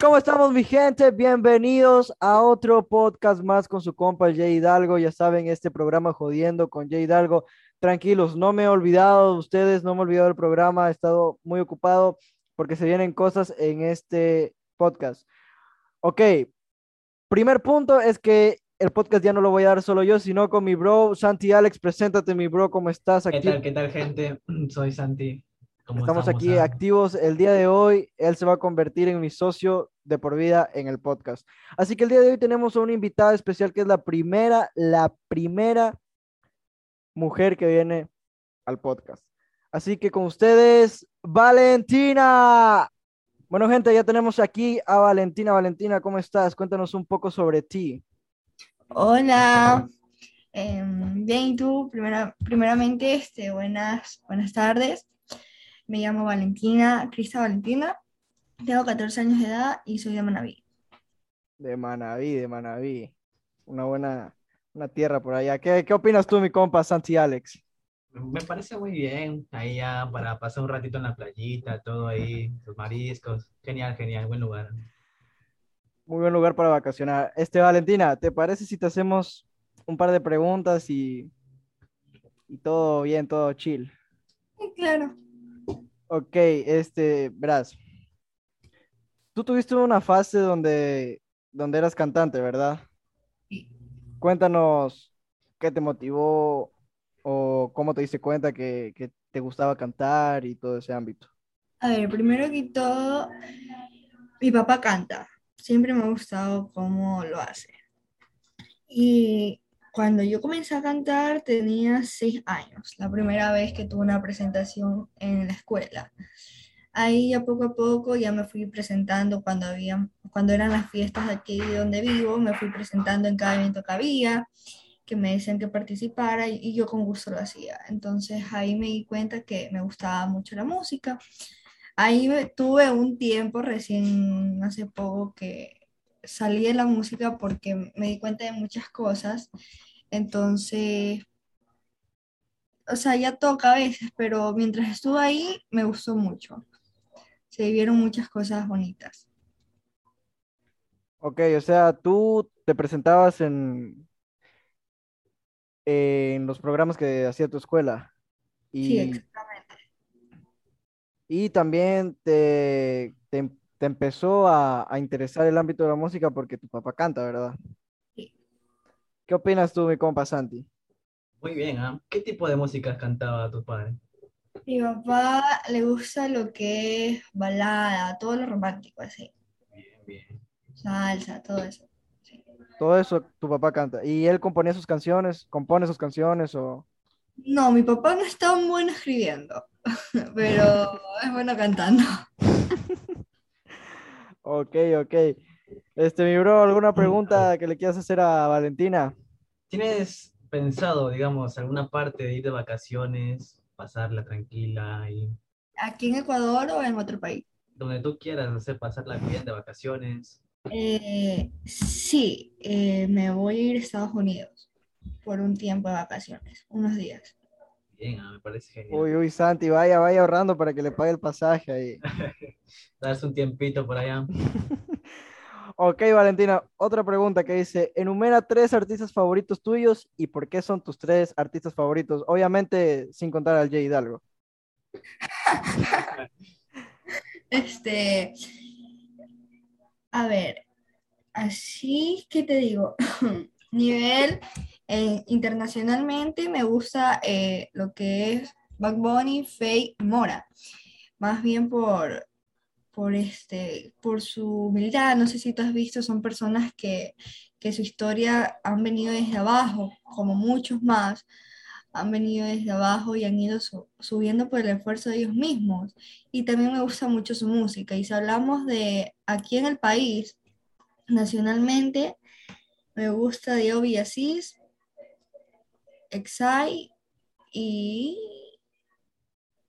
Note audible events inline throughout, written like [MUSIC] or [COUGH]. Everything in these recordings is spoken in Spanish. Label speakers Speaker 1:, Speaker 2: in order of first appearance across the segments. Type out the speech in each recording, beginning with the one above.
Speaker 1: ¿Cómo estamos, mi gente? Bienvenidos a otro podcast más con su compa Jay Hidalgo. Ya saben, este programa Jodiendo con Jay Hidalgo. Tranquilos, no me he olvidado de ustedes, no me he olvidado del programa. He estado muy ocupado porque se vienen cosas en este podcast. Ok, primer punto es que el podcast ya no lo voy a dar solo yo, sino con mi bro Santi Alex. Preséntate, mi bro, ¿cómo estás?
Speaker 2: ¿Qué tal, qué tal, gente? [CLEARS THROAT] Soy Santi. ¿Cómo
Speaker 1: Estamos aquí
Speaker 2: ah?
Speaker 1: activos el día de hoy. Él se va a convertir en mi socio de por vida en el podcast. Así que el día de hoy tenemos a una invitada especial que es la primera, la primera mujer que viene al podcast. Así que con ustedes, Valentina. Bueno, gente, ya tenemos aquí a Valentina. Valentina, ¿cómo estás? Cuéntanos un poco sobre ti.
Speaker 3: Hola, eh, bien, ¿y tú? Primera, primeramente, este, buenas, buenas tardes. Me llamo Valentina, Crista Valentina. Tengo 14 años de edad y soy de Manaví.
Speaker 1: De Manaví, de Manaví. Una buena una tierra por allá. ¿Qué, qué opinas tú, mi compa Santi Alex?
Speaker 2: Me parece muy bien. Ahí ya para pasar un ratito en la playita, todo ahí, los mariscos. Genial, genial, buen lugar.
Speaker 1: Muy buen lugar para vacacionar. Este, Valentina, ¿te parece si te hacemos un par de preguntas y, y todo bien, todo chill?
Speaker 3: Sí, Claro,
Speaker 1: Ok, este, verás. Tú tuviste una fase donde, donde eras cantante, ¿verdad?
Speaker 3: Sí.
Speaker 1: Cuéntanos qué te motivó o cómo te diste cuenta que, que te gustaba cantar y todo ese ámbito.
Speaker 3: A ver, primero que todo, mi papá canta. Siempre me ha gustado cómo lo hace. Y cuando yo comencé a cantar tenía seis años, la primera vez que tuve una presentación en la escuela. Ahí ya poco a poco ya me fui presentando cuando había, cuando eran las fiestas de aquí donde vivo, me fui presentando en cada evento que había, que me decían que participara y, y yo con gusto lo hacía. Entonces ahí me di cuenta que me gustaba mucho la música. Ahí me- tuve un tiempo recién hace poco que salí de la música porque me di cuenta de muchas cosas. Entonces, o sea, ya toca a veces, pero mientras estuve ahí me gustó mucho. Se vivieron muchas cosas bonitas.
Speaker 1: Ok, o sea, tú te presentabas en, en los programas que hacía tu escuela
Speaker 3: Sí,
Speaker 1: y,
Speaker 3: exactamente.
Speaker 1: y también te, te, te empezó a, a interesar el ámbito de la música porque tu papá canta, ¿verdad?
Speaker 3: Sí.
Speaker 1: ¿Qué opinas tú, mi compa Santi?
Speaker 2: Muy bien, ¿ah? ¿Qué tipo de música cantaba tu padre?
Speaker 3: Mi papá le gusta lo que es balada, todo lo romántico, así,
Speaker 2: Bien, bien.
Speaker 3: salsa, todo eso. sí.
Speaker 1: Todo eso tu papá canta. ¿Y él componía sus canciones? ¿Compone sus canciones o...?
Speaker 3: No, mi papá no es tan bueno escribiendo, [LAUGHS] pero es bueno cantando.
Speaker 1: Ok, ok. Este, mi bro, ¿alguna pregunta que le quieras hacer a Valentina?
Speaker 2: ¿Tienes pensado, digamos, alguna parte de ir de vacaciones, pasarla tranquila y
Speaker 3: ¿Aquí en Ecuador o en otro país?
Speaker 2: donde tú quieras, no sé, pasarla bien de vacaciones?
Speaker 3: Eh, sí, eh, me voy a ir a Estados Unidos por un tiempo de vacaciones, unos días.
Speaker 2: Bien, ah, me parece genial.
Speaker 1: Uy, uy, Santi, vaya, vaya ahorrando para que le pague el pasaje ahí.
Speaker 2: Darse un tiempito por allá.
Speaker 1: Ok, Valentina, otra pregunta que dice, enumera tres artistas favoritos tuyos y por qué son tus tres artistas favoritos, obviamente sin contar al Jay Hidalgo.
Speaker 3: Este, a ver, así que te digo, [LAUGHS] nivel eh, internacionalmente me gusta eh, lo que es Bad Bunny, Faye, Mora, más bien por, por, este, por su humildad, no sé si tú has visto, son personas que, que su historia han venido desde abajo, como muchos más, han venido desde abajo y han ido su- subiendo por el esfuerzo de ellos mismos y también me gusta mucho su música. Y si hablamos de aquí en el país, nacionalmente, me gusta Diego Villasís, Exai y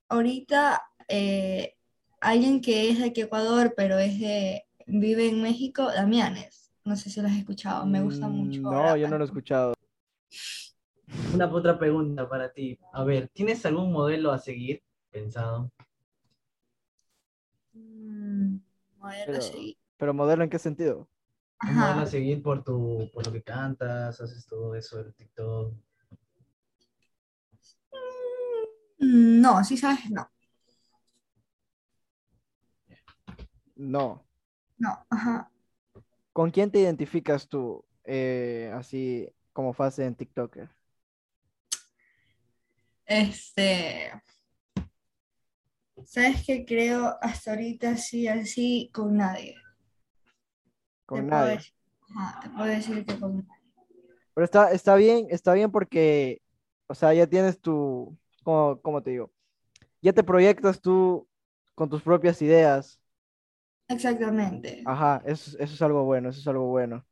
Speaker 3: ahorita eh, alguien que es de aquí Ecuador, pero es de, vive en México, Damianes. No sé si lo has escuchado, Ah, me gusta
Speaker 1: Mm,
Speaker 3: mucho.
Speaker 1: No, yo no lo he escuchado.
Speaker 2: Una otra pregunta para ti. A ver, ¿tienes algún modelo a seguir pensado?
Speaker 3: Mm, modelo
Speaker 1: Pero-
Speaker 3: así.
Speaker 1: Pero modelo en qué sentido?
Speaker 2: Un modelo a
Speaker 3: Ajá.
Speaker 2: seguir por, tu, por lo que cantas, haces todo eso, el TikTok.
Speaker 3: Mm, No, si sabes, no.
Speaker 1: No.
Speaker 3: No, ajá.
Speaker 1: ¿Con quién te identificas tú eh, así como fase en TikToker?
Speaker 3: Este. ¿Sabes qué creo hasta ahorita sí, así con nadie?
Speaker 1: Con
Speaker 3: Te puedo
Speaker 1: nadie.
Speaker 3: decir- ajá, te puedo decir que con nadie.
Speaker 1: Pero está, está bien, está bien porque, o sea, ya tienes tu, como, como te digo, ya te proyectas tú con tus propias ideas.
Speaker 3: Exactamente.
Speaker 1: Ajá, eso, es- eso es algo bueno, eso es algo bueno.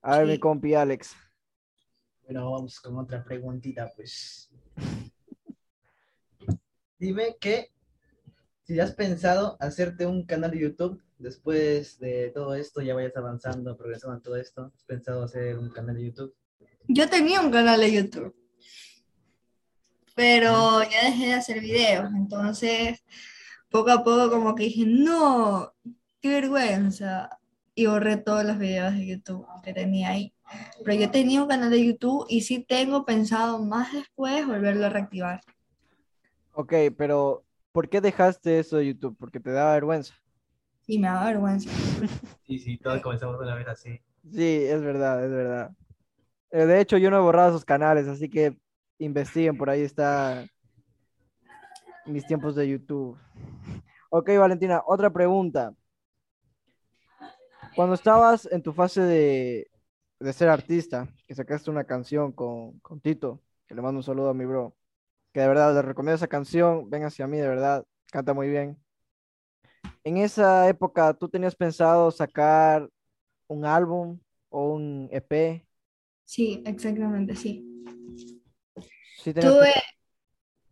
Speaker 1: A ver, mi
Speaker 3: Sí.
Speaker 1: compi Alex,
Speaker 2: Bueno, vamos con otra preguntita, pues. [LAUGHS] Dime que si has pensado hacerte un canal de YouTube después de todo esto, ya vayas avanzando, progresando en todo esto, ¿has pensado hacer un canal de YouTube?
Speaker 3: Yo tenía un canal de YouTube, pero ya dejé de hacer videos, entonces poco a poco como que dije, no, qué vergüenza. Y borré todos los videos de YouTube que tenía ahí. Pero yo tenía un canal de YouTube y sí tengo pensado más después volverlo a reactivar.
Speaker 1: ok, pero ¿por qué dejaste eso de YouTube? Porque te daba vergüenza.
Speaker 3: Y me da vergüenza.
Speaker 2: Sí, sí, todos comenzamos una vez así.
Speaker 1: Sí, es verdad, es verdad. Eh, de hecho, yo no he borrado esos canales, así que investiguen, por ahí está mis tiempos de YouTube. [LAUGHS] Ok, Valentina, otra pregunta. Cuando estabas en tu fase de, de ser artista, que sacaste una canción con, con Tito, que le mando un saludo a mi bro, que de verdad le recomiendo esa canción, ven hacia mí, de verdad, canta muy bien. En esa época, ¿tú tenías pensado sacar un álbum o un E EP.
Speaker 3: Sí, exactamente, sí.
Speaker 1: Sí tenías
Speaker 3: Tuve,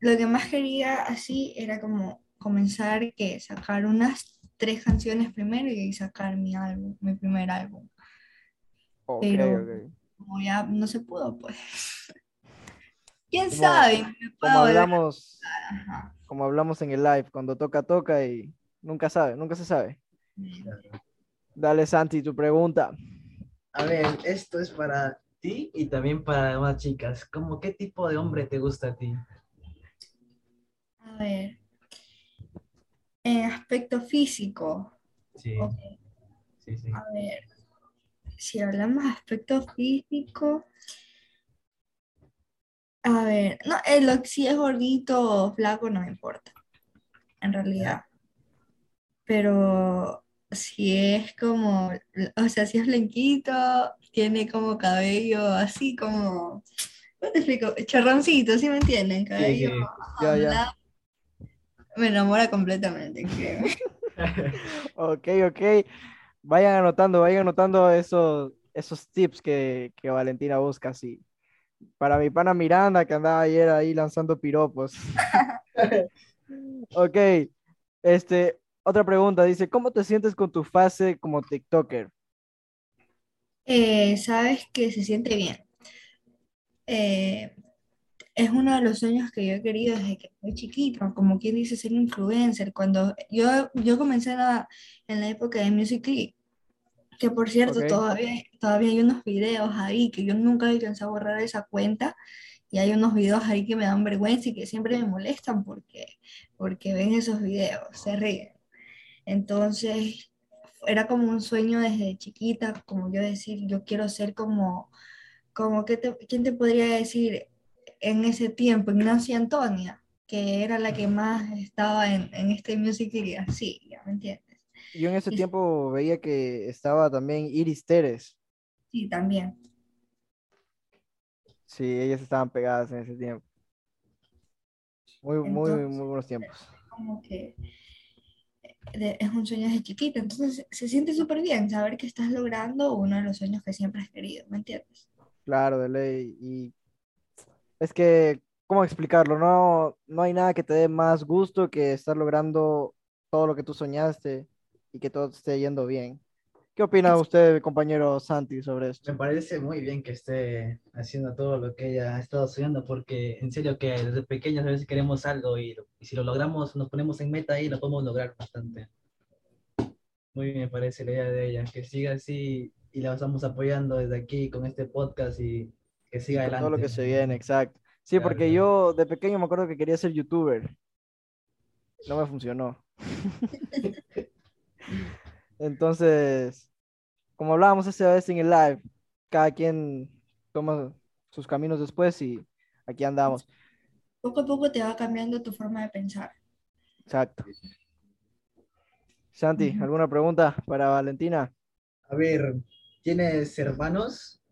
Speaker 3: lo que más quería así era como comenzar que sacar unas tres canciones primero y ahí sacar mi álbum, mi primer álbum.
Speaker 1: Ok,
Speaker 3: pero-
Speaker 1: ok.
Speaker 3: Como ya no se pudo, pues. [LAUGHS] ¿Quién
Speaker 1: Como-
Speaker 3: sabe? Me puedo
Speaker 1: Como
Speaker 3: volver-
Speaker 1: hablamos,
Speaker 3: Ajá.
Speaker 1: como hablamos en el live, cuando toca, toca y nunca sabe, nunca se sabe. Dale, Santi, tu pregunta.
Speaker 2: A ver, esto es para ti y también para demás chicas. ¿Cómo qué tipo de hombre te gusta a ti?
Speaker 3: A ver. En aspecto físico,
Speaker 2: Sí,
Speaker 3: Ok.
Speaker 2: sí, sí.
Speaker 3: a ver. Si hablamos de aspecto físico. A ver, no, eh, lo- si es gordito o flaco no me importa, en realidad. Pero si es como, o sea, si es blanquito, tiene como cabello así como, ¿cómo te explico? Chorroncito, ¿sí me entienden?
Speaker 2: Sí,
Speaker 3: Cabello
Speaker 1: Ya, ya.
Speaker 3: ondulado. Me enamora completamente, creo.
Speaker 2: sí.
Speaker 1: Ok, ok. Vayan anotando, vayan anotando esos, esos tips que, que Valentina busca, sí. Para mi pana Miranda, que andaba ayer ahí lanzando piropos. Ok, este, otra pregunta. Dice, ¿cómo te sientes con tu fase como TikToker?
Speaker 3: Eh, sabes que se siente bien. Eh, es uno de los sueños que yo he querido desde que muy chiquito, como quien dice ser influencer. Cuando yo, yo comencé en la, en la época de Musical.ly, que por cierto,
Speaker 1: Ok.
Speaker 3: todavía, todavía hay unos videos ahí que yo nunca he alcanzado a borrar esa cuenta. Y hay unos videos ahí que me dan vergüenza y que siempre me molestan porque, porque ven esos videos, se ríen. Entonces, era como un sueño desde chiquita, como yo decir, yo quiero ser como, como que te- ¿quién te podría decir en ese tiempo? Ignacia Antonia, que era la que más estaba en, en este music y así, ¿ya me entiendes?
Speaker 1: Yo en ese
Speaker 3: Es-
Speaker 1: tiempo veía que estaba también Iris Teres.
Speaker 3: Sí, también.
Speaker 1: Sí, ellas estaban pegadas en ese tiempo. Muy, muy,
Speaker 3: Entonces-
Speaker 1: muy buenos tiempos.
Speaker 3: como que eh, de- es un sueño desde chiquita, entonces se siente súper bien saber que estás logrando uno de los sueños que siempre has querido, ¿me entiendes?
Speaker 1: Claro, de ley. Y es que, ¿cómo explicarlo? No, no hay nada que te dé más gusto que estar logrando todo lo que tú soñaste y que todo te esté yendo bien. ¿Qué opina
Speaker 3: Ex-
Speaker 1: usted, compañero Santi, sobre esto?
Speaker 2: [LAUGHS] Me parece muy bien que esté haciendo todo lo que ella ha estado soñando, porque en serio que desde pequeños a veces queremos algo y, lo- y si lo logramos, nos ponemos en meta y lo podemos lograr bastante. Muy bien, me parece la idea de ella. Que siga así y la estamos apoyando desde aquí con este podcast y que siga
Speaker 1: con
Speaker 2: adelante.
Speaker 1: todo lo que se viene, exacto. Sí,
Speaker 2: Claro,
Speaker 1: porque
Speaker 2: claro.
Speaker 1: yo de pequeño me acuerdo que quería ser youtuber. No me funcionó. [LAUGHS] Entonces, como hablábamos esa vez en el live, cada quien toma sus caminos después y aquí andamos.
Speaker 3: Poco a poco te va cambiando tu forma de pensar.
Speaker 1: Exacto. Santi,
Speaker 3: Ujú.
Speaker 1: ¿alguna pregunta para Valentina?
Speaker 2: A ver, ¿tienes hermanos?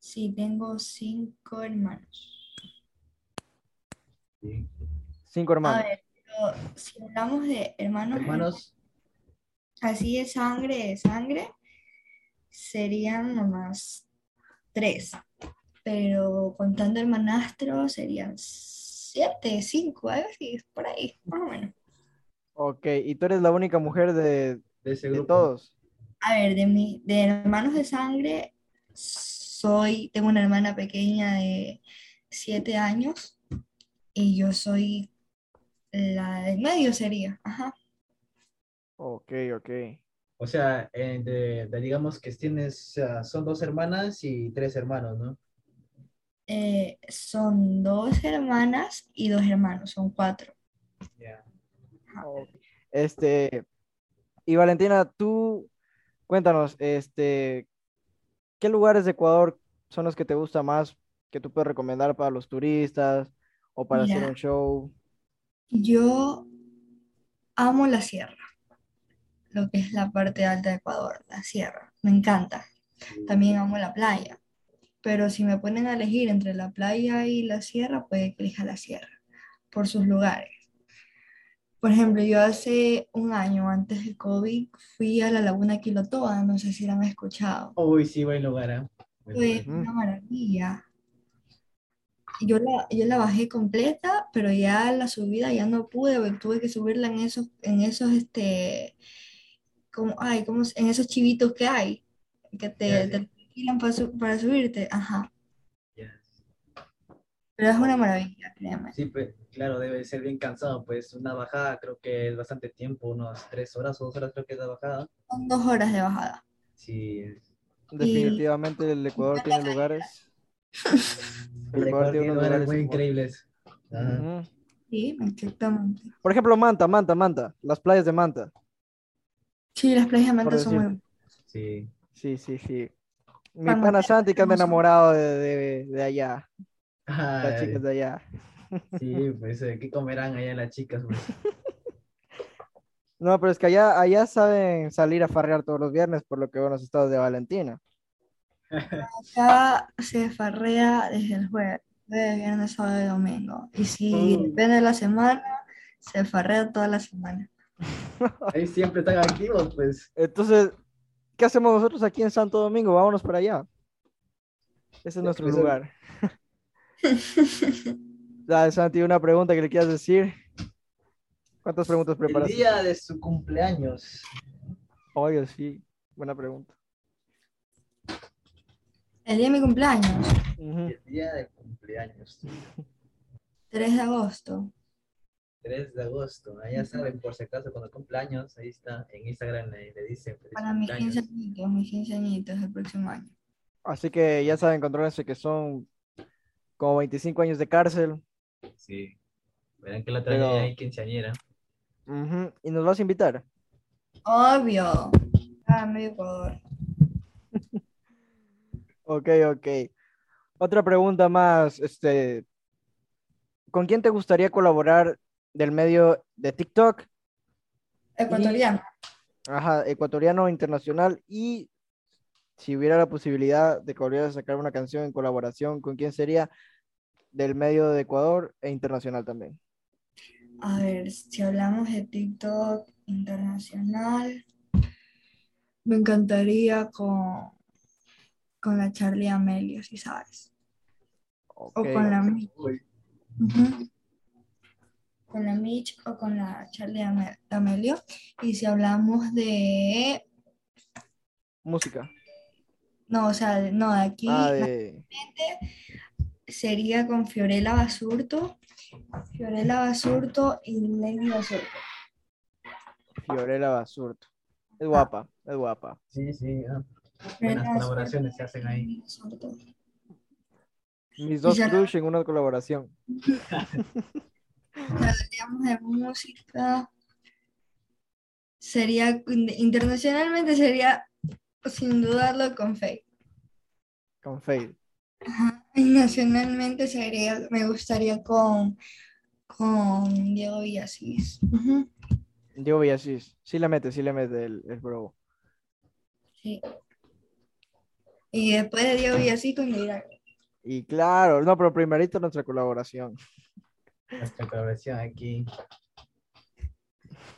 Speaker 3: Sí, tengo cinco hermanos.
Speaker 2: Sí.
Speaker 1: Cinco hermanos.
Speaker 3: A ver, pero si hablamos de hermanos,
Speaker 2: ¿Hermanos?
Speaker 3: así de sangre, de sangre, serían nomás tres. Pero contando hermanastro serían siete, cinco, algo así, por ahí, más o menos.
Speaker 1: Ok, y tú eres la única mujer de,
Speaker 2: De ese
Speaker 1: de
Speaker 2: grupo.
Speaker 1: todos.
Speaker 3: A ver, de mi, de hermanos de sangre, soy, tengo una hermana pequeña de siete años y yo soy la del medio sería, ajá.
Speaker 1: Ok, ok.
Speaker 2: O sea, eh, de- de- digamos que tienes, o sea, son dos hermanas y tres hermanos, ¿no?
Speaker 3: Eh, son dos hermanas y dos hermanos, son cuatro.
Speaker 2: Ya.
Speaker 1: Ok. Este, y Valentina, tú cuéntanos, este, ¿qué lugares de Ecuador son los que te gusta más, que tú puedes recomendar para los turistas o para hacer
Speaker 3: Mira.
Speaker 1: un show?
Speaker 3: Yo amo la sierra, lo que es la parte alta de Ecuador, la sierra, me encanta. También amo la playa, pero si me ponen a elegir entre la playa y la sierra, pues elija la sierra, por sus lugares. Por ejemplo, yo hace un año antes del COVID fui a la Laguna Quilotoa, no sé si la han escuchado.
Speaker 2: Uy, sí, buen lugar, ¿ah? Buen
Speaker 3: Fue
Speaker 2: lugar.
Speaker 1: Ujú.
Speaker 3: una maravilla. Yo la, yo la bajé completa, pero ya la subida ya no pude, porque tuve que subirla en esos, en esos, este, como, ay, como, en esos chivitos que hay, que
Speaker 2: Ya,
Speaker 3: te,
Speaker 2: sí.
Speaker 3: te alquilan para, su- para subirte, ajá.
Speaker 2: Ya.
Speaker 3: Pero es una maravilla, créeme.
Speaker 2: Sí, pues, claro, debe ser bien cansado, pues una bajada creo que es bastante tiempo, unas tres horas o dos horas creo que es la bajada.
Speaker 3: Son dos horas de bajada.
Speaker 2: Sí,
Speaker 1: Definitivamente el Ecuador tiene lugares.
Speaker 2: el Ecuador tiene lugares muy increíbles. Ah, Ajá.
Speaker 1: Ujú.
Speaker 3: Sí, exactamente.
Speaker 1: Por ejemplo, Manta, Manta, Manta, las playas de Manta.
Speaker 3: Sí, las playas de Manta
Speaker 1: Por
Speaker 3: son muy
Speaker 1: decirte.
Speaker 2: Sí,
Speaker 1: Sí, sí, sí. Mi
Speaker 3: Para
Speaker 1: pana
Speaker 3: Manta,
Speaker 1: Santi que anda
Speaker 3: hermoso.
Speaker 1: enamorado de, de- de allá, las
Speaker 2: Ay,
Speaker 1: chicas de allá.
Speaker 2: sí,
Speaker 1: [LAUGHS]
Speaker 2: pues, eh, ¿qué comerán allá las chicas? pues?
Speaker 1: No, pero es que allá, allá saben salir a farrear todos los viernes, por lo que veo en los estados de Valentina.
Speaker 3: Acá se farrea desde el jueves, jueves, viernes, sábado y domingo. Y si
Speaker 2: Mm.
Speaker 3: depende de la semana, se farrea toda la semana.
Speaker 2: Ahí siempre están activos, pues.
Speaker 1: Entonces, ¿qué hacemos nosotros aquí en Santo Domingo? Vámonos para allá. Ese es nuestro
Speaker 2: Eso-
Speaker 1: lugar. [LAUGHS] Dale, Santi, una pregunta que le quieras decir. ¿Cuántas preguntas
Speaker 2: El
Speaker 1: preparaste?
Speaker 2: día de su cumpleaños.
Speaker 1: Oye, sí, buena pregunta.
Speaker 3: El día de mi cumpleaños,
Speaker 1: Ujú.
Speaker 2: El día de cumpleaños.
Speaker 3: 3 de agosto.
Speaker 2: 3 de agosto. Ah, ya saben, por si acaso, cuando cumpleaños, ahí está, en Instagram le, le dicen. feliz
Speaker 3: Para mis
Speaker 2: cumpleaños.
Speaker 3: 15 añitos, mis 15 añitos del próximo año.
Speaker 1: Así que ya saben, controlense que son como 25 años de cárcel.
Speaker 2: Sí. Verán que la trae
Speaker 1: Pero-
Speaker 2: ahí quinceañera.
Speaker 1: Ujú. Y nos vas a invitar.
Speaker 3: Obvio. Ah, medio Ecuador.
Speaker 1: Ok, ok. Otra pregunta más, este, ¿con quién te gustaría colaborar del medio de TikTok?
Speaker 3: Ecuatoriano.
Speaker 1: Ajá, ecuatoriano internacional y si hubiera la posibilidad de que volvieras a sacar una canción en colaboración, ¿con quién sería? Del medio de Ecuador e internacional también.
Speaker 3: A ver, si hablamos de TikTok internacional, me encantaría con, con la Charlie Amelia, si sabes.
Speaker 1: Ok,
Speaker 3: O con la Mitch.
Speaker 2: Uy,
Speaker 3: Ujú. Con la Mitch o con la Charlie Ame- Amelio. Y si hablamos de.
Speaker 1: música.
Speaker 3: No, o sea, no, de aquí
Speaker 1: Ah, de-
Speaker 3: sería con Fiorella Basurto. Fiorella Basurto y Lady Basurto.
Speaker 1: Fiorella Basurto. Es guapa, es guapa.
Speaker 2: Sí, sí. ah, Buenas colaboraciones se hacen ahí.
Speaker 1: Mis dos
Speaker 3: ya-
Speaker 1: crush en una colaboración.
Speaker 3: Hablaríamos de música. Sería, internacionalmente sería, sin dudarlo, con Faith.
Speaker 1: Con Faith.
Speaker 3: Ajá. Y nacionalmente sería, me gustaría con, con Diego Villasís. Ujú.
Speaker 1: Diego Villasís. Sí le mete, sí le mete el, el bro.
Speaker 3: Sí. Y después de Diego Villasís con Vidal.
Speaker 1: Y claro, no, pero primerito nuestra colaboración.
Speaker 2: Nuestra colaboración aquí.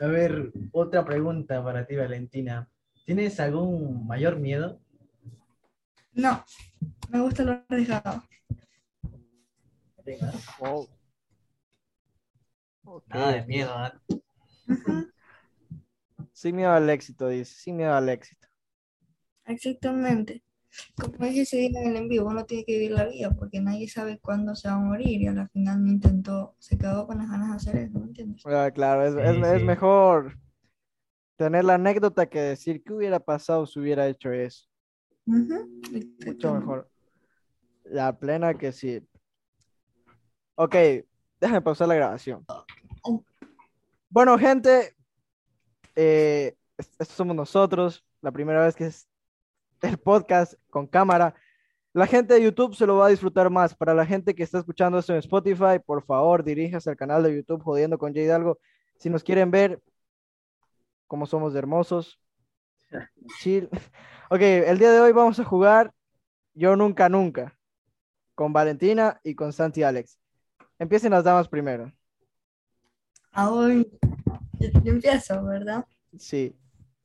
Speaker 2: A ver, otra pregunta para ti, Valentina. ¿Tienes algún mayor miedo?
Speaker 3: No, me gusta lo arriesgado.
Speaker 1: Wow. Ok.
Speaker 2: Nada de miedo, ¿ah?
Speaker 3: Ujú.
Speaker 1: Sin miedo al éxito, dice. Sin miedo al éxito.
Speaker 3: Exactamente. Como dije ese día en el en vivo, uno tiene que vivir la vida porque nadie sabe cuándo se va a morir y a la final no intentó, se quedó con las ganas de hacer eso, ¿me entiendes?
Speaker 1: Ah, claro, es, es-
Speaker 2: Sí,
Speaker 1: es
Speaker 2: sí.
Speaker 1: mejor tener la anécdota que decir qué hubiera pasado si hubiera hecho eso.
Speaker 3: Ujú,
Speaker 1: Mucho
Speaker 3: exactamente.
Speaker 1: mejor. La plena que sí. Ok, déjame pausar la grabación. Bueno, gente, eh, es- estos somos nosotros. La primera vez que es el podcast con cámara. La gente de YouTube se lo va a disfrutar más. Para la gente que está escuchando esto en Spotify, por favor, diríjase al canal de YouTube Jodiendo con Jay Hidalgo. Si nos quieren ver cómo somos de hermosos. Chill. Ok, el día de hoy vamos a jugar Yo Nunca Nunca con Valentina y con Santi Alex. Empiecen las damas primero.
Speaker 3: Ahora yo, yo empiezo, ¿verdad?
Speaker 1: Sí.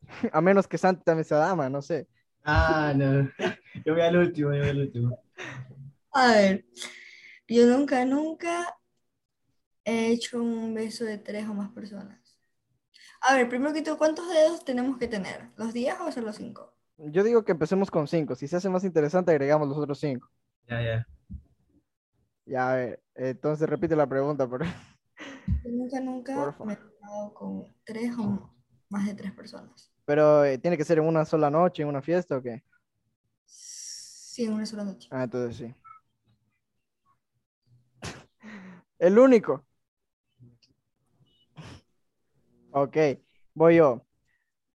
Speaker 1: [LAUGHS] A menos que Santi también sea dama, no sé.
Speaker 2: Ah, no. [LAUGHS] Yo voy al último, yo voy al último.
Speaker 3: A ver, yo nunca, nunca he hecho un beso de tres o más personas. A ver, primero que todo, ¿cuántos dedos tenemos que tener? ¿Los 10 o solo 5?
Speaker 1: Yo digo que empecemos con cinco. Si se hace más interesante, agregamos los otros cinco.
Speaker 2: Ya, ya.
Speaker 1: Ya, a ver. Entonces repite la pregunta. Por... [LAUGHS]
Speaker 3: Yo nunca,
Speaker 1: Por
Speaker 3: nunca
Speaker 1: favor.
Speaker 3: me he quedado con tres o más de tres personas.
Speaker 1: Pero eh, tiene que ser en una sola noche, en una fiesta o qué.
Speaker 3: Sí, en una sola noche.
Speaker 1: Ah, entonces sí. [LAUGHS] El único. Ok, voy yo.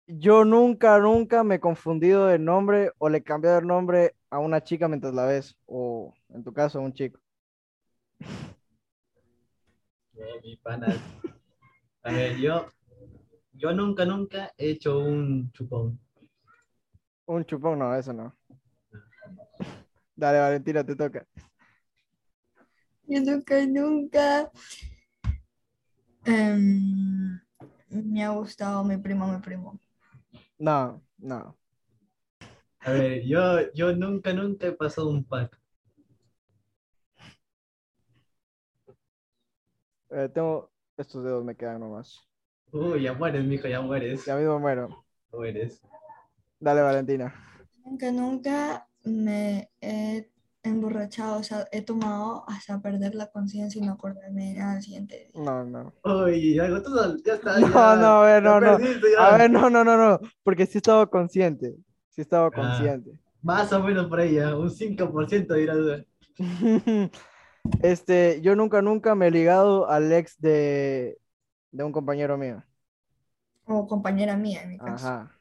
Speaker 1: Yo nunca, nunca me he confundido de nombre o le he cambiado el nombre a una chica mientras la ves, o en tu caso, a un chico.
Speaker 2: Eh, mi pana. A ver, yo, yo nunca, nunca he hecho un chupón.
Speaker 1: Un chupón, no, eso no. [LAUGHS] Dale, Valentina, te toca.
Speaker 3: Yo nunca, nunca em, me ha gustado mi primo, mi primo.
Speaker 1: No, no.
Speaker 2: A ver, yo, yo nunca, nunca he pasado un pack.
Speaker 1: Eh, tengo estos dedos, me quedan nomás.
Speaker 2: Uy, ya mueres, mijo, ya mueres.
Speaker 1: Ya
Speaker 2: Ya
Speaker 1: mismo muero.
Speaker 2: mueres.
Speaker 1: Dale, Valentina.
Speaker 3: Nunca, nunca me he emborrachado, o sea, he tomado hasta perder la conciencia y no acordarme al siguiente día.
Speaker 1: No, no.
Speaker 2: Uy, ya, tú sal- ya
Speaker 1: [LAUGHS]
Speaker 2: está.
Speaker 1: No,
Speaker 2: ya,
Speaker 1: no, a ver,
Speaker 2: ya
Speaker 1: no, no.
Speaker 2: perdiste, ya.
Speaker 1: A ver, no, no, no, no, porque sí estaba consciente. Sí estaba
Speaker 2: Ah.
Speaker 1: consciente. [LAUGHS]
Speaker 2: Más o menos por ahí, ya, un 5% dirá duda.
Speaker 1: Este, yo nunca, nunca me he ligado al ex de, de un compañero mío.
Speaker 3: O compañera mía, en mi
Speaker 2: [LAUGHS]
Speaker 3: caso.
Speaker 1: Ajá.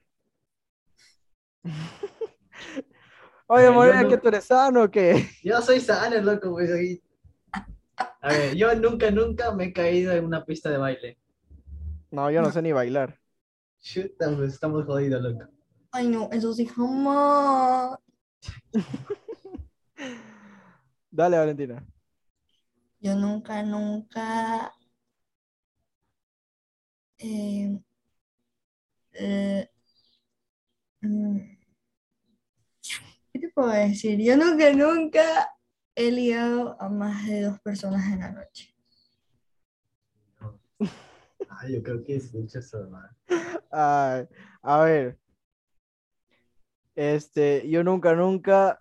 Speaker 1: Oye,
Speaker 2: Eh, yo
Speaker 1: Morena,
Speaker 2: no-
Speaker 1: que tú eres sano o qué? [LAUGHS]
Speaker 2: Yo soy sano, loco, pues ahí. A ver, yo nunca, nunca me he caído en una pista de baile.
Speaker 1: No, yo no
Speaker 3: No.
Speaker 1: sé ni bailar.
Speaker 2: Chuta, pues estamos jodidos, loco.
Speaker 3: Ay, no, eso sí, jamás.
Speaker 1: Dale, Valentina.
Speaker 3: Yo nunca, nunca em, eh, mm, ¿qué te puedo decir? Yo nunca, nunca he ligado a más de dos personas en la noche.
Speaker 2: Ah, yo creo que es mucho eso, man.
Speaker 1: Ay, a ver. Este, yo nunca, nunca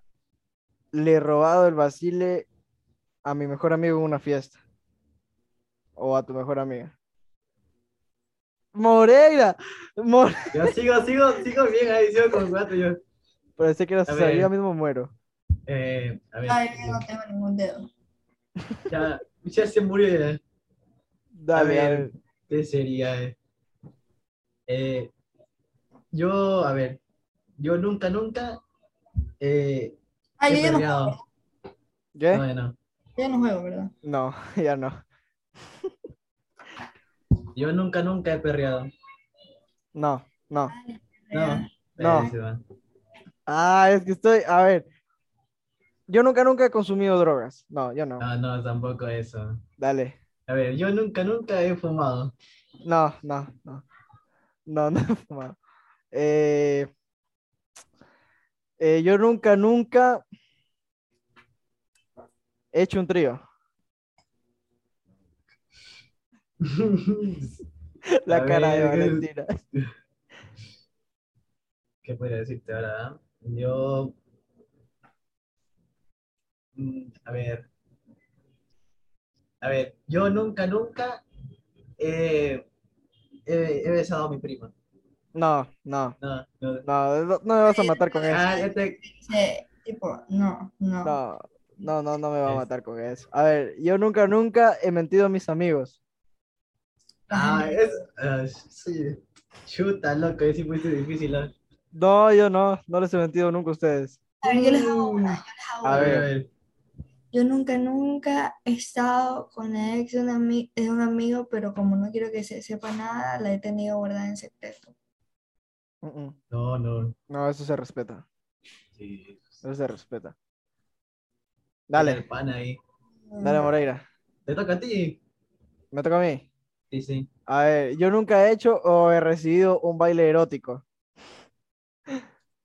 Speaker 1: le he robado el vacile a mi mejor amigo en una fiesta. O a tu mejor amiga. Moreira. More-
Speaker 2: Yo sigo, sigo, sigo bien ahí, sigo con cuatro yo.
Speaker 1: Parece que no
Speaker 2: A
Speaker 1: se
Speaker 2: ver.
Speaker 1: sabía, mismo muero.
Speaker 2: Eh, a ver,
Speaker 3: Ay, yo no tengo ningún dedo.
Speaker 2: ya, ya se murió ya.
Speaker 1: Dale,
Speaker 2: A ver.
Speaker 1: a ver.
Speaker 2: ¿Qué sería? eh? Eh, yo, a ver, yo nunca, nunca eh,
Speaker 3: Ay,
Speaker 2: he
Speaker 3: Ah, yo ya no,
Speaker 2: perreado.
Speaker 1: ¿Qué?
Speaker 2: No, ya no.
Speaker 3: yo ya no juego, ¿verdad?
Speaker 1: No, [LAUGHS] ya no.
Speaker 2: Yo nunca, nunca he perreado.
Speaker 1: No, no.
Speaker 3: Ah,
Speaker 2: No.
Speaker 1: No.
Speaker 2: Eh, se va.
Speaker 1: Ah, es que estoy, a ver. Yo nunca, nunca he consumido drogas. No, yo no.
Speaker 2: No, Ah, no, tampoco eso.
Speaker 1: Dale.
Speaker 2: A ver, yo nunca, nunca he fumado. [LAUGHS]
Speaker 1: No, no, no. No, [LAUGHS] no he fumado. Eh, eh, yo nunca, nunca he hecho un trío. La
Speaker 2: A
Speaker 1: cara de
Speaker 2: ver, ¿qué-
Speaker 1: Valentina.
Speaker 2: ¿Qué podría decirte ahora? ah? Yo. Mm, A ver. A ver, yo nunca, nunca eh, he, he besado a mi prima.
Speaker 1: No, no,
Speaker 2: No, no.
Speaker 1: no, no, no me vas a matar con eso.
Speaker 2: Ah, ya te-
Speaker 3: Sí, tipo, no, no.
Speaker 1: No, no, no, no me va a
Speaker 2: Es-
Speaker 1: matar con eso. A ver, yo nunca, nunca he mentido a mis amigos.
Speaker 2: ah, es. ah, sí. Chuta, loco, es muy difícil. ¿ah? ¿no?
Speaker 1: No, yo no, no les he mentido nunca a ustedes.
Speaker 3: A ver, yo les
Speaker 2: Uh.
Speaker 3: hago una, yo les hago
Speaker 1: A
Speaker 3: una.
Speaker 1: ver.
Speaker 3: Yo nunca, nunca he estado con la ex de un, ami- de un amigo, pero como no quiero que se sepa nada, la he tenido guardada en secreto.
Speaker 1: Mm, mm.
Speaker 2: No, no.
Speaker 1: No, eso se respeta,
Speaker 2: Sí.
Speaker 1: eso se respeta.
Speaker 2: Tiene
Speaker 1: Dale,
Speaker 2: el pan ahí.
Speaker 1: dale Moreira.
Speaker 2: Te toca a ti.
Speaker 1: Me toca a mí.
Speaker 2: Sí, sí.
Speaker 1: A ver, yo nunca he hecho o he recibido un baile erótico.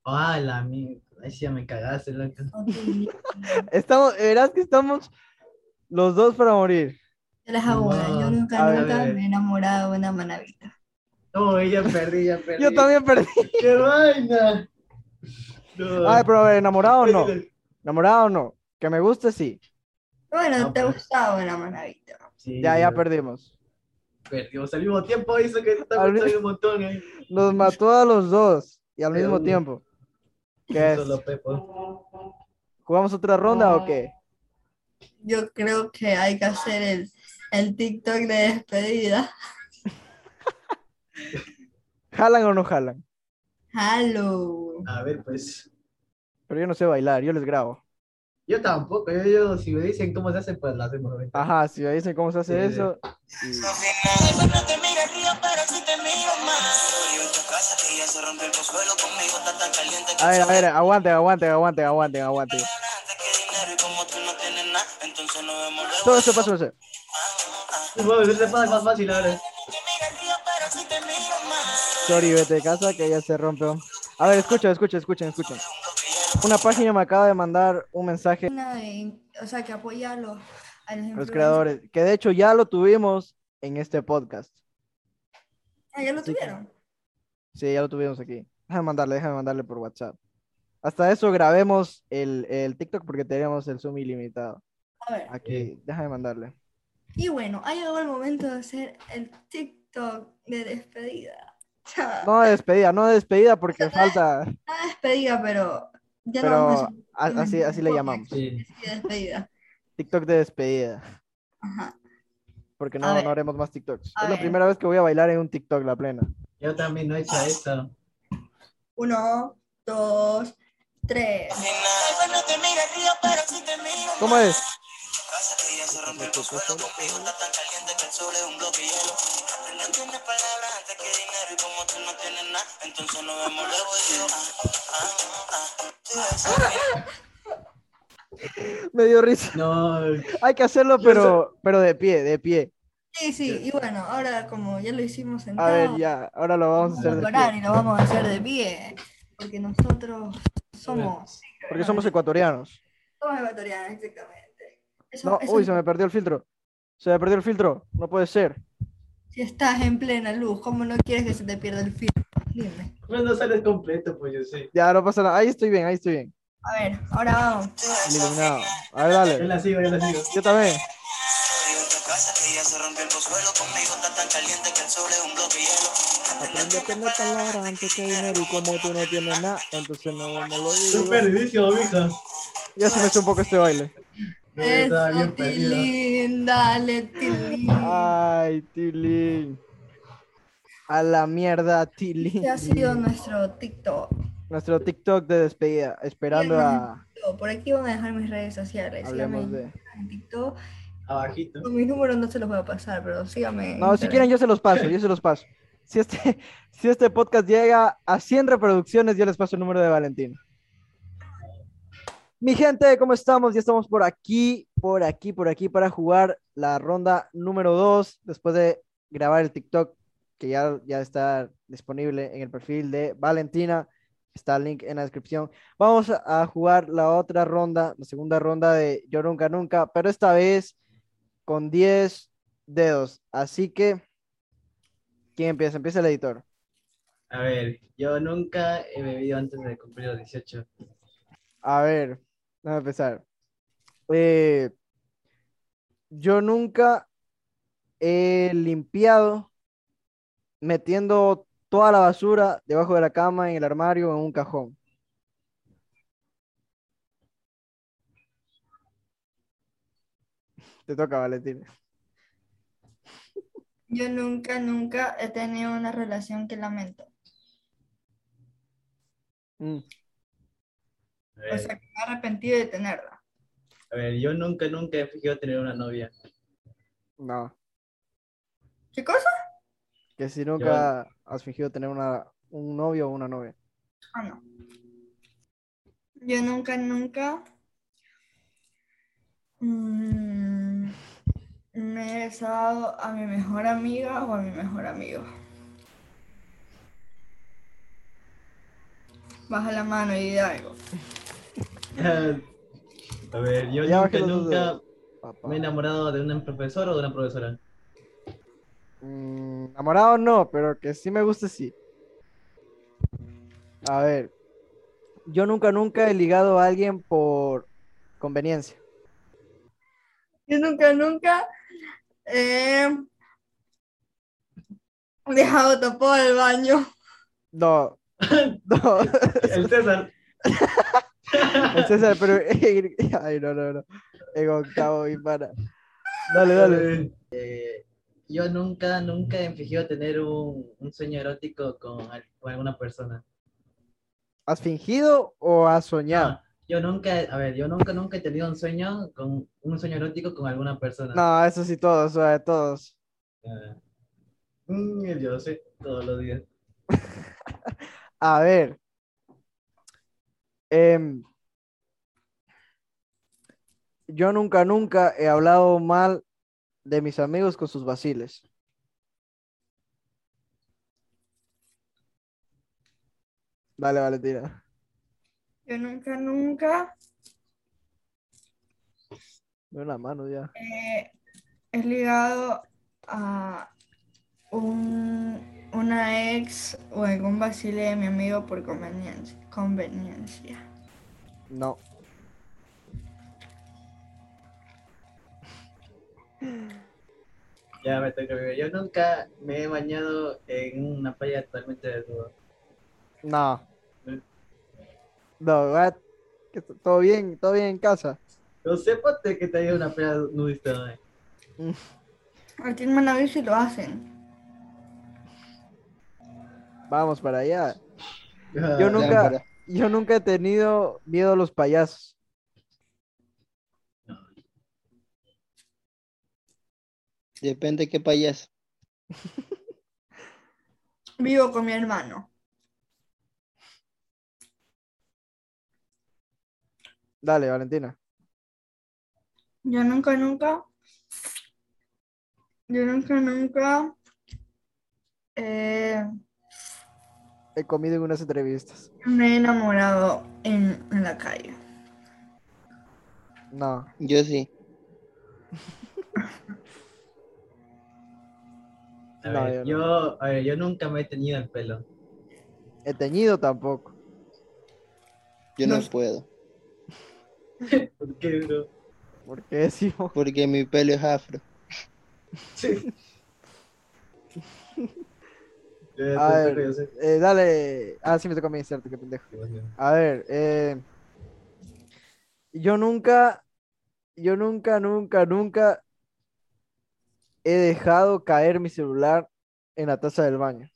Speaker 2: Ah, la mierda. Ahí sí ya me cagaste, loco.
Speaker 3: Yo
Speaker 1: Estamos, verás que estamos los dos para morir.
Speaker 3: les hago una. Yo
Speaker 2: No.
Speaker 3: nunca,
Speaker 1: A ver,
Speaker 3: nunca
Speaker 2: a ver.
Speaker 3: me he enamorado de una manavita.
Speaker 2: No, ya perdí, ya perdí.
Speaker 1: Yo también
Speaker 2: [LAUGHS]
Speaker 1: perdí.
Speaker 2: ¡Qué vaina! No.
Speaker 1: Ay, Ah, pero a ver, enamorado o
Speaker 2: [LAUGHS]
Speaker 1: no. Enamorado o no. Que me guste, sí.
Speaker 3: Bueno,
Speaker 2: No,
Speaker 3: te ha
Speaker 2: pues.
Speaker 3: gustado una manavita.
Speaker 2: Sí,
Speaker 1: Ya, ya perdimos.
Speaker 2: Perdimos al mismo tiempo, hizo que está
Speaker 1: Al-
Speaker 2: gustando un montón, ¿eh?
Speaker 1: Nos mató a los dos y al mismo
Speaker 2: Pero- [LAUGHS]
Speaker 1: tiempo. ¿Qué es?
Speaker 2: Solo Pepo.
Speaker 1: ¿Jugamos otra ronda o qué?
Speaker 3: Yo creo que hay que hacer el, el TikTok de despedida.
Speaker 1: ¿Jalan o no jalan?
Speaker 3: Hello.
Speaker 2: A ver, pues.
Speaker 1: Pero yo no sé bailar, yo les grabo.
Speaker 2: Yo tampoco, yo, yo, si me dicen cómo se hace, pues lo hacemos. ¿eh?
Speaker 1: Ajá, si me dicen cómo se hace
Speaker 2: Sí.
Speaker 1: eso. y-
Speaker 4: Tal vez no te mire río, pero sí te miro más. Estoy en tu casa que ya se rompió el pozuelo conmigo, está tan caliente que
Speaker 1: A ver, a
Speaker 4: se
Speaker 1: ver, aguanten, aguanten, aguanten, aguanten, aguanten.
Speaker 4: gana antes que dinero y como tú no tienes nada, entonces nos vemos luego.
Speaker 1: Todo esto pasa, pasa.
Speaker 2: Bueno, eso se pasa más fácil ahora.
Speaker 4: Te mira el río, pero sí te miro más.
Speaker 1: Sorry, vete de casa que ya se rompe. A ver, escuchen, escuchen, escuchen, escuchen. Una página me acaba de mandar un mensaje
Speaker 3: Una de- o sea, que apoya a los, a los
Speaker 1: a los
Speaker 3: influencers.
Speaker 1: creadores, que de hecho ya lo tuvimos en este podcast.
Speaker 3: Ah, ya lo
Speaker 1: Sí,
Speaker 3: tuvieron.
Speaker 1: Sí, ya lo tuvimos aquí. Déjame mandarle, déjame mandarle por WhatsApp. Hasta eso grabemos el, el TikTok porque tenemos el Zoom ilimitado.
Speaker 3: A ver.
Speaker 1: Aquí, déjame mandarle.
Speaker 3: Y bueno, ha llegado el momento de hacer el TikTok de despedida. [LAUGHS] Chao.
Speaker 1: No de despedida, no de despedida porque falta,
Speaker 3: Una despedida, pero ya no vamos a
Speaker 1: pero
Speaker 3: hacer
Speaker 1: a- así, así le llamamos.
Speaker 2: Sí.
Speaker 3: así de despedida.
Speaker 1: TikTok de despedida.
Speaker 3: Ajá.
Speaker 1: Porque
Speaker 3: A
Speaker 1: no,
Speaker 3: ver.
Speaker 1: no haremos más TikToks.
Speaker 3: A
Speaker 1: es la
Speaker 3: ver.
Speaker 1: primera vez que voy a bailar en un TikTok la plena.
Speaker 2: Yo también no he hecho eso.
Speaker 3: Uno, dos, tres.
Speaker 4: Tal vez no te mire río, pero sí te miro más.
Speaker 1: ¿Cómo es?
Speaker 4: Casa que ya se rompió el pozuelo conmigo, está tan caliente que el sol es un bloque de hielo. No tienes palabras antes que dinero y como tú no tienes nada, entonces nos vemos luego y yo. Ah, ah, ah, tú vas a
Speaker 1: Me dio risa. [LAUGHS]
Speaker 2: No,
Speaker 1: Hay que hacerlo, pero, pero de pie, de pie.
Speaker 3: Sí, sí, y bueno, ahora como ya lo hicimos
Speaker 1: A
Speaker 3: sentado,
Speaker 1: ver, ya, ahora lo vamos a
Speaker 3: vamos
Speaker 1: hacer
Speaker 3: a
Speaker 1: de
Speaker 3: parar
Speaker 1: pie.
Speaker 3: y lo vamos a hacer de pie. Porque nosotros somos.
Speaker 1: Porque somos ecuatorianos.
Speaker 3: Somos ecuatorianos, exactamente. Eso-
Speaker 1: No,
Speaker 3: eso-
Speaker 1: uy, se me perdió el filtro. Se me perdió el filtro. No puede ser.
Speaker 3: Si estás en plena luz, ¿cómo no quieres que se te pierda el filtro? Dime.
Speaker 2: pues no sales completo, pues yo sé.
Speaker 1: Ya, no pasa nada. Ahí estoy bien, ahí estoy bien.
Speaker 3: A ver, ahora vamos.
Speaker 1: Iluminado. A ver,
Speaker 2: Yo
Speaker 1: dale.
Speaker 2: la sigo, yo la sigo.
Speaker 1: Yo también.
Speaker 4: Estoy en tu casa que ya se rompió el pozuelo conmigo, está tan caliente que el sol es un bloque de hielo.
Speaker 1: Yo tengo palabras antes que dinero y como tú no tienes nada, entonces no vamos lo
Speaker 2: Estoy perdidísimo, mija.
Speaker 1: Ya se me hizo un poco este baile.
Speaker 2: Estaba
Speaker 3: Eso,
Speaker 2: bien perdido.
Speaker 3: Tilín, dale, Tilín.
Speaker 1: Ay, Tilín. A la mierda, [LAUGHS] Tilín.
Speaker 3: Este ha sido nuestro TikTok.
Speaker 1: Nuestro TikTok de despedida, esperando a
Speaker 3: Por aquí van a dejar mis redes sociales.
Speaker 1: hablemos
Speaker 3: síganme
Speaker 1: de.
Speaker 3: en TikTok.
Speaker 2: Abajito.
Speaker 3: Con mi número no se los voy a pasar, pero síganme. en
Speaker 1: No, si
Speaker 3: Instagram.
Speaker 1: quieren yo se los paso, yo se los paso. Si este, [LAUGHS] si este podcast llega a 100 reproducciones, yo les paso el número de Valentín. Mi gente, ¿cómo estamos? Ya estamos por aquí, por aquí, por aquí para jugar la ronda número 2 después de grabar el TikTok que ya, ya está disponible en el perfil de Valentina. Está el link en la descripción. Vamos a a jugar la otra ronda, la segunda ronda de Yo Nunca Nunca, pero esta vez con 10 dedos. Así que, ¿quién empieza? Empieza el editor.
Speaker 2: A ver, yo nunca he bebido antes de cumplir los 18.
Speaker 1: A ver, vamos a empezar. Eh, yo nunca he limpiado metiendo toda la basura debajo de la cama, en el armario, en un cajón. Te toca, Valentín.
Speaker 3: Yo nunca, nunca he tenido una relación que lamento.
Speaker 1: Mm.
Speaker 2: A
Speaker 3: O
Speaker 2: ver,
Speaker 3: sea, que me he arrepentido de tenerla.
Speaker 2: a ver, yo nunca, nunca he fingido tener una novia. [LAUGHS]
Speaker 1: No.
Speaker 3: ¿Qué cosa?
Speaker 1: Que si nunca has fingido tener una, un novio o una novia.
Speaker 3: Ah, no. Yo nunca, nunca mm, me he besado a mi mejor amiga o a mi mejor amigo. Baja la mano y di algo.
Speaker 2: a ver, yo
Speaker 1: Ya
Speaker 2: nunca,
Speaker 1: bajé los
Speaker 2: nunca
Speaker 1: dedos. Papá.
Speaker 2: me he enamorado de un profesor o de una
Speaker 1: [LAUGHS]
Speaker 2: profesora.
Speaker 1: Mm, enamorado no, pero que sí me guste, sí. A ver, yo nunca, nunca he ligado a alguien por conveniencia.
Speaker 3: Yo nunca, nunca he dejado tapado el baño.
Speaker 1: [LAUGHS] No, no, [LAUGHS]
Speaker 2: El César.
Speaker 1: el César, pero. [LAUGHS] Ay, no, no, no. En octavo, mi pana. Dale, dale.
Speaker 2: Eh, yo nunca, nunca he fingido tener un, un sueño erótico con, al- con alguna persona.
Speaker 1: ¿Has fingido o has soñado?
Speaker 2: Yo nunca, a ver, yo nunca, nunca he tenido un sueño con un sueño erótico con alguna persona.
Speaker 1: No, eso sí, todos, o sea, todos.
Speaker 2: Ah. Mm, yo sé, todos los días.
Speaker 1: A ver. Em, yo nunca, nunca he hablado mal de mis amigos con sus vaciles. Dale, Valentina.
Speaker 3: Yo nunca, nunca
Speaker 1: Dame la mano ya.
Speaker 3: eh, he ligado a un- una ex o algún vacile de mi amigo por conveniencia. conveniencia.
Speaker 1: No.
Speaker 2: Ya me tengo que ver. Yo nunca me he bañado en una playa totalmente desnudo.
Speaker 1: No. No, what? ¿Qué t- ¿Todo bien? ¿Todo bien en casa?
Speaker 2: No sépate que te haya una playa nudista. ¿no?
Speaker 3: Aquí en Manaví sí lo hacen.
Speaker 1: Vamos para allá.
Speaker 2: Ah,
Speaker 1: Yo nunca, yo nunca he tenido miedo a los payasos.
Speaker 5: Depende qué payaso.
Speaker 3: Vivo con mi hermano.
Speaker 1: Dale, Valentina.
Speaker 3: Yo nunca, nunca. Yo nunca, nunca. eh,
Speaker 1: he comido en unas entrevistas.
Speaker 3: me he enamorado en, en la calle.
Speaker 1: No.
Speaker 5: Yo sí.
Speaker 2: A
Speaker 1: No,
Speaker 2: ver,
Speaker 1: yo
Speaker 2: yo, a ver, yo nunca me he teñido el pelo.
Speaker 1: He teñido tampoco.
Speaker 5: Yo no,
Speaker 3: No.
Speaker 5: puedo.
Speaker 2: ¿Por qué, bro?
Speaker 1: Porque [LAUGHS] es hijo.
Speaker 5: Porque mi pelo es afro.
Speaker 2: Sí. [LAUGHS] Ya, ya,
Speaker 1: A
Speaker 2: te
Speaker 1: ver.
Speaker 2: toca, yo sé.
Speaker 1: Eh, dale. Ah, sí me tocó a mí, cierto, qué pendejo.
Speaker 2: Dios mío.
Speaker 1: A ver, eh, yo nunca, yo nunca, nunca, nunca he dejado caer mi celular en la taza del baño.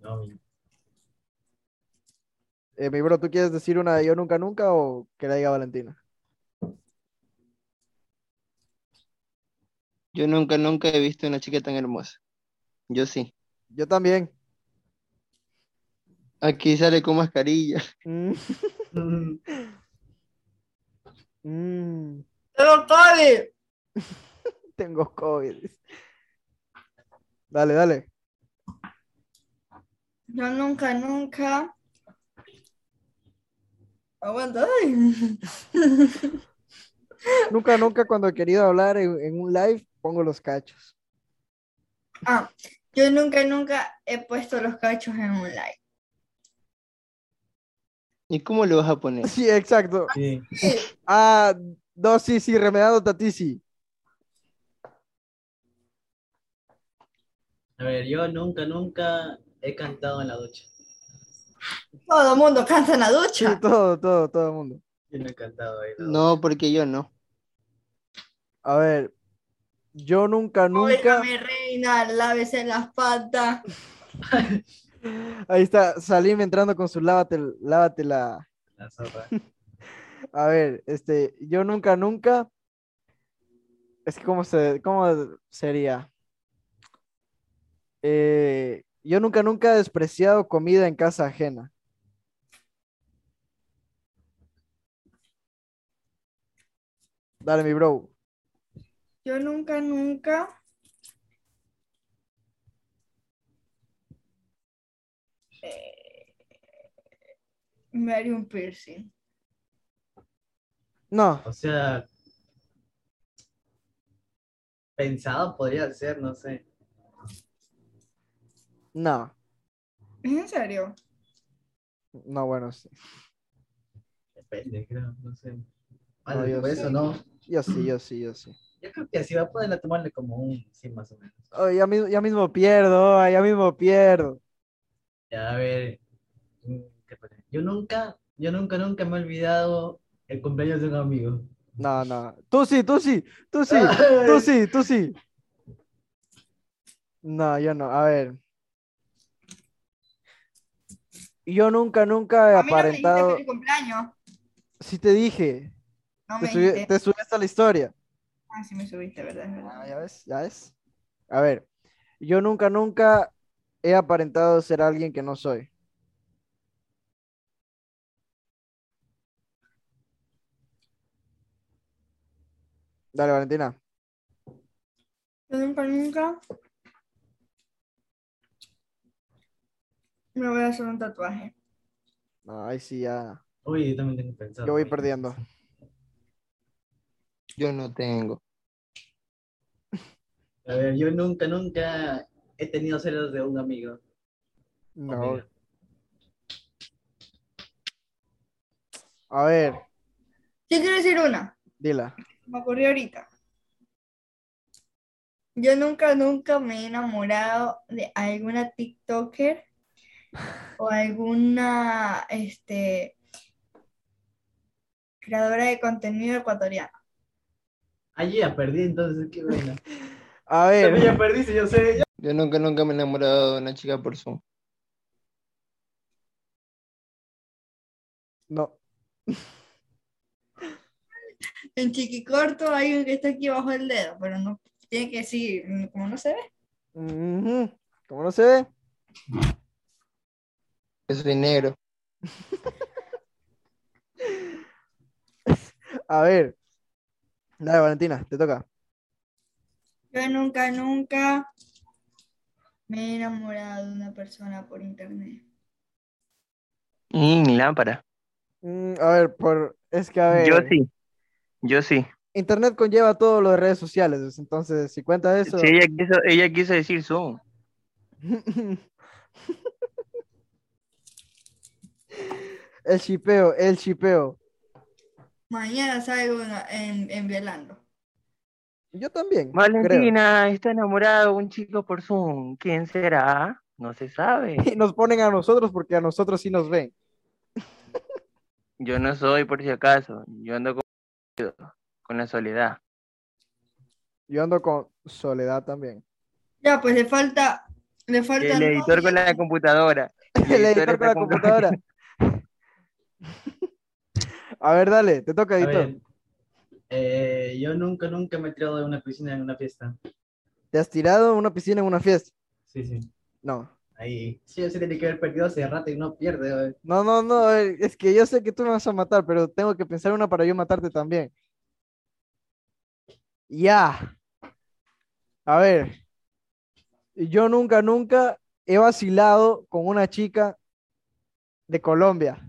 Speaker 2: No, mi-
Speaker 1: Eh, mi bro, ¿tú quieres decir una de yo nunca, nunca o que la diga Valentina?
Speaker 5: Yo nunca, nunca he visto una chica tan hermosa. Yo sí.
Speaker 1: Yo también.
Speaker 5: Aquí sale con mascarilla. [LAUGHS]
Speaker 1: Mm,
Speaker 2: Mm,
Speaker 1: mm,
Speaker 3: Pero Cody,
Speaker 1: tengo COVID. Dale, dale.
Speaker 3: yo nunca, nunca. Aguanta.
Speaker 1: Nunca, nunca cuando he querido hablar en, en un live pongo los cachos. [LAUGHS]
Speaker 3: Ah, yo nunca, nunca he puesto los cachos en un like.
Speaker 5: ¿Y cómo lo vas a poner?
Speaker 1: Sí, exacto.
Speaker 2: sí.
Speaker 1: Ah, dosis y remedado tatisi.
Speaker 2: A ver, yo nunca, nunca he cantado en la ducha.
Speaker 3: Todo el mundo canta en la
Speaker 1: Sí,
Speaker 3: ducha.
Speaker 1: todo, todo, todo el mundo.
Speaker 2: Yo no he cantado ahí. en la
Speaker 5: No, porque yo no.
Speaker 1: A ver, yo nunca, nunca.
Speaker 3: mi reina, lávese las patas.
Speaker 1: Ahí está, Salim entrando con su lávate, lávate la.
Speaker 2: ducha, la zorra.
Speaker 1: A ver, este, yo nunca, nunca. Es que, ¿cómo, se, cómo sería? Eh, yo nunca, nunca he despreciado comida en casa ajena. Dale, mi bro.
Speaker 3: Yo nunca, nunca. eh, Me haría un piercing.
Speaker 1: No,
Speaker 2: O sea, pensado podría ser, no sé.
Speaker 1: no,
Speaker 3: ¿Es en serio?
Speaker 1: no, bueno, sí.
Speaker 2: Depende, creo, no sé.
Speaker 1: No,
Speaker 2: Vale,
Speaker 1: yo
Speaker 2: pues
Speaker 1: sí.
Speaker 2: eso no.
Speaker 1: Yo sí, yo sí, yo sí.
Speaker 2: Yo creo que así va a poderla tomarle como un, sí, más o menos.
Speaker 1: Ay, ya, mismo, ya mismo pierdo, ay, ya mismo pierdo.
Speaker 2: Ya, a ver. mm, ¿qué pone? Yo nunca, yo nunca, nunca me he olvidado el cumpleaños de un amigo.
Speaker 1: No, no. Tú sí, tú sí, tú sí,
Speaker 2: Ay.
Speaker 1: tú sí, tú sí. No, yo no. A ver. Yo nunca, nunca he
Speaker 3: A mí no me dijiste
Speaker 1: aparentado.
Speaker 3: feliz cumpleaños.
Speaker 1: Sí te dije.
Speaker 3: No
Speaker 1: Te,
Speaker 3: me
Speaker 1: subí-
Speaker 3: dijiste.
Speaker 1: te subiste a la historia.
Speaker 3: Ah, sí me subiste, ¿verdad? Es verdad.
Speaker 1: Ah, ya ves, ya ves. A ver. Yo nunca, nunca he aparentado ser alguien que no soy. Dale, Valentina.
Speaker 3: Yo nunca, nunca. Me voy a hacer un tatuaje.
Speaker 1: No, ahí sí ya.
Speaker 2: Uy, yo también tengo pensado.
Speaker 1: Yo voy
Speaker 2: uy.
Speaker 1: perdiendo.
Speaker 5: Yo no tengo.
Speaker 2: A ver, yo nunca, nunca he tenido celos de un amigo.
Speaker 1: No.
Speaker 2: Amiga.
Speaker 1: A ver,
Speaker 3: Yo quiero decir una.
Speaker 1: dila.
Speaker 3: Me ocurrió ahorita. Yo nunca, nunca me he enamorado de alguna TikToker o alguna, este, creadora de contenido ecuatoriano.
Speaker 2: Ah, yo ya perdí, entonces,
Speaker 1: [LAUGHS]
Speaker 2: qué bueno.
Speaker 1: A
Speaker 2: También
Speaker 1: ver,
Speaker 2: ya perdí, si yo
Speaker 1: [LAUGHS]
Speaker 2: sé. ya.
Speaker 5: Yo nunca, nunca me he enamorado de una chica por Zoom.
Speaker 1: no.
Speaker 3: En Chiquicorto hay un que está aquí bajo el dedo, pero no tiene que decir, como no se ve.
Speaker 1: Ujú. ¿Cómo no se ve?
Speaker 5: Yo soy negro.
Speaker 1: A ver. Dale, Valentina, te toca.
Speaker 3: Yo nunca, nunca me he enamorado de una persona por internet.
Speaker 5: Mm, lámpara.
Speaker 1: Mm, a ver, por. Es que a ver.
Speaker 5: sí. Yo sí.
Speaker 1: Internet conlleva todo lo de redes sociales, pues, entonces, si cuenta eso. [LAUGHS]
Speaker 5: ella quiso, ella quiso decir Zoom.
Speaker 1: el chipeo, el chipeo.
Speaker 3: Mañana salgo en, en, en Violando.
Speaker 1: Yo también. creo.
Speaker 5: Valentina está enamorado de un chico por Zoom. ¿Quién será?
Speaker 6: No se sabe.
Speaker 1: Y nos ponen a nosotros porque a nosotros sí nos ven.
Speaker 6: Yo no soy, por si acaso. Yo ando con, con la soledad.
Speaker 1: Yo ando con Soledad también.
Speaker 3: Ya, pues le falta. Le falta.
Speaker 6: El editor con la computadora.
Speaker 1: [LAUGHS] El editor con
Speaker 6: está
Speaker 1: la computadora. A ver, dale, te toca,
Speaker 2: A
Speaker 1: editor.
Speaker 2: ver, eh, yo nunca, nunca me he tirado de una piscina en una fiesta.
Speaker 1: ¿Te has tirado en una piscina en una fiesta?
Speaker 2: Sí, sí.
Speaker 1: No.
Speaker 2: Ahí. Sí, yo sí tiene que haber perdido hace rato y no pierde. güey.
Speaker 1: No, no, no, eh, es que yo sé que tú me vas a matar, pero tengo que pensar una para yo matarte también. Ya. A ver. Yo nunca, nunca he vacilado con una chica de Colombia.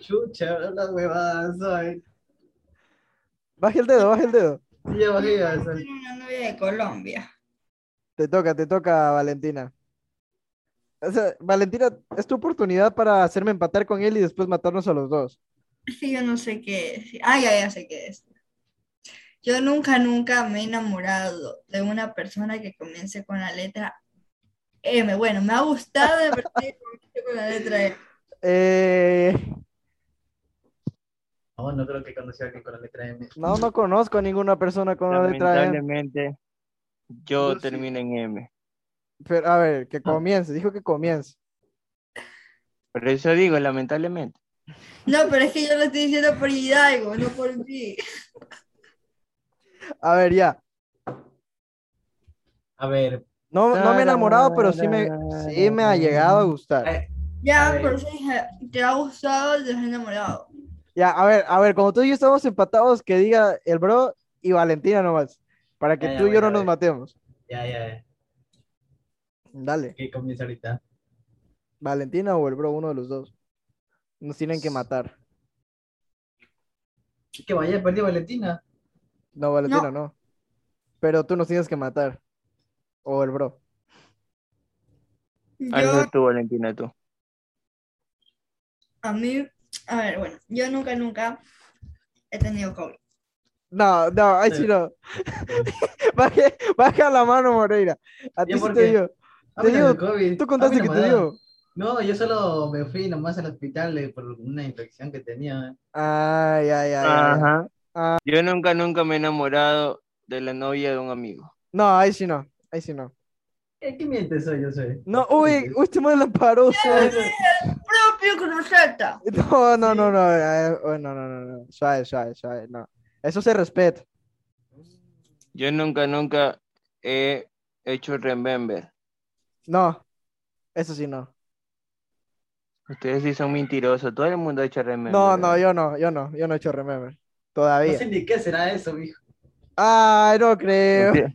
Speaker 2: Chucha, las huevadas soy.
Speaker 1: Baja el dedo, baja el dedo.
Speaker 2: Sí, ya bajé, ya soy.
Speaker 3: Tiene una novia de Colombia.
Speaker 1: Te toca, te toca, Valentina. O sea, Valentina, es tu oportunidad para hacerme empatar con él y después matarnos a los dos.
Speaker 3: Es que yo no sé qué decir. Ah, ya, ya sé qué decir. Yo nunca, nunca me he enamorado de una persona que comience con la letra M. Bueno, me ha gustado de verdad que comience con la letra M.
Speaker 1: Eh,
Speaker 2: Oh, no creo que conocí a alguien con la letra M.
Speaker 1: no, no conozco a ninguna persona con la letra M.
Speaker 6: Lamentablemente, yo
Speaker 1: Yo sí.
Speaker 6: termino en M.
Speaker 1: Pero, a ver, que comience, dijo que comience.
Speaker 6: Por eso digo, lamentablemente.
Speaker 3: No, pero es que yo lo estoy diciendo por Hidalgo, no por ti.
Speaker 1: A ver, ya.
Speaker 2: A ver,
Speaker 1: No, no me he enamorado, pero sí me, sí me ha llegado a gustar.
Speaker 2: A
Speaker 3: Ya,
Speaker 2: ver.
Speaker 3: por eso dije, te ha gustado, te has enamorado.
Speaker 1: Ya, a ver, a ver, como tú y yo estamos empatados, que diga el bro y Valentina nomás, para que
Speaker 2: Ya, ya,
Speaker 1: tú y yo
Speaker 2: bueno,
Speaker 1: no
Speaker 2: a
Speaker 1: nos
Speaker 2: ver.
Speaker 1: matemos.
Speaker 2: ya, ya, ya.
Speaker 1: Dale,
Speaker 2: Que comienza ahorita.
Speaker 1: Valentina o el bro, uno de los dos. Nos tienen que matar.
Speaker 2: Que vaya, perdí Valentina.
Speaker 1: No, Valentina, no. Pero tú nos tienes que matar. O el bro.
Speaker 3: Yo,
Speaker 6: Algo tú, Valentina, tú.
Speaker 3: a mí, a ver, bueno, yo nunca, nunca he tenido COVID.
Speaker 1: No, no, ahí sí no. [LAUGHS] Baje- baja la mano, Moreira. A ti
Speaker 2: ¿Yo
Speaker 1: sí
Speaker 2: por
Speaker 1: te
Speaker 2: qué?
Speaker 1: dio.
Speaker 2: Ah,
Speaker 1: Te
Speaker 2: mira,
Speaker 1: digo,
Speaker 2: el COVID.
Speaker 1: Tú
Speaker 2: A
Speaker 1: contaste
Speaker 2: mí
Speaker 1: que
Speaker 2: no
Speaker 1: te
Speaker 2: me da.
Speaker 1: dio.
Speaker 2: No, yo solo me fui nomás al hospital eh, por una infección que tenía.
Speaker 1: Ay, ay, ay, ay.
Speaker 6: Ajá.
Speaker 1: Ah.
Speaker 6: Yo nunca, nunca me he enamorado de la novia de un amigo.
Speaker 1: No, ahí sí no. Ahí sí no.
Speaker 2: ¿Qué, qué mientes soy yo soy?
Speaker 1: No,
Speaker 2: [LAUGHS]
Speaker 1: uy, uy, este man la paró.
Speaker 2: Soy-
Speaker 1: suave.
Speaker 3: Propio con receta.
Speaker 1: [LAUGHS] No, no, no, no. eh, uy, No, no, no, no. Suave, suave, suave. No. Eso se respeta.
Speaker 6: Yo nunca, nunca he hecho remember.
Speaker 1: No. Eso sí no.
Speaker 6: Ustedes sí son mentirosos. Todo el mundo ha hecho remember.
Speaker 1: No, no, yo no, yo no. Yo no he hecho remember. Todavía.
Speaker 2: No sé ni qué será eso, mijo.
Speaker 1: Ay, no creo.
Speaker 6: Usted-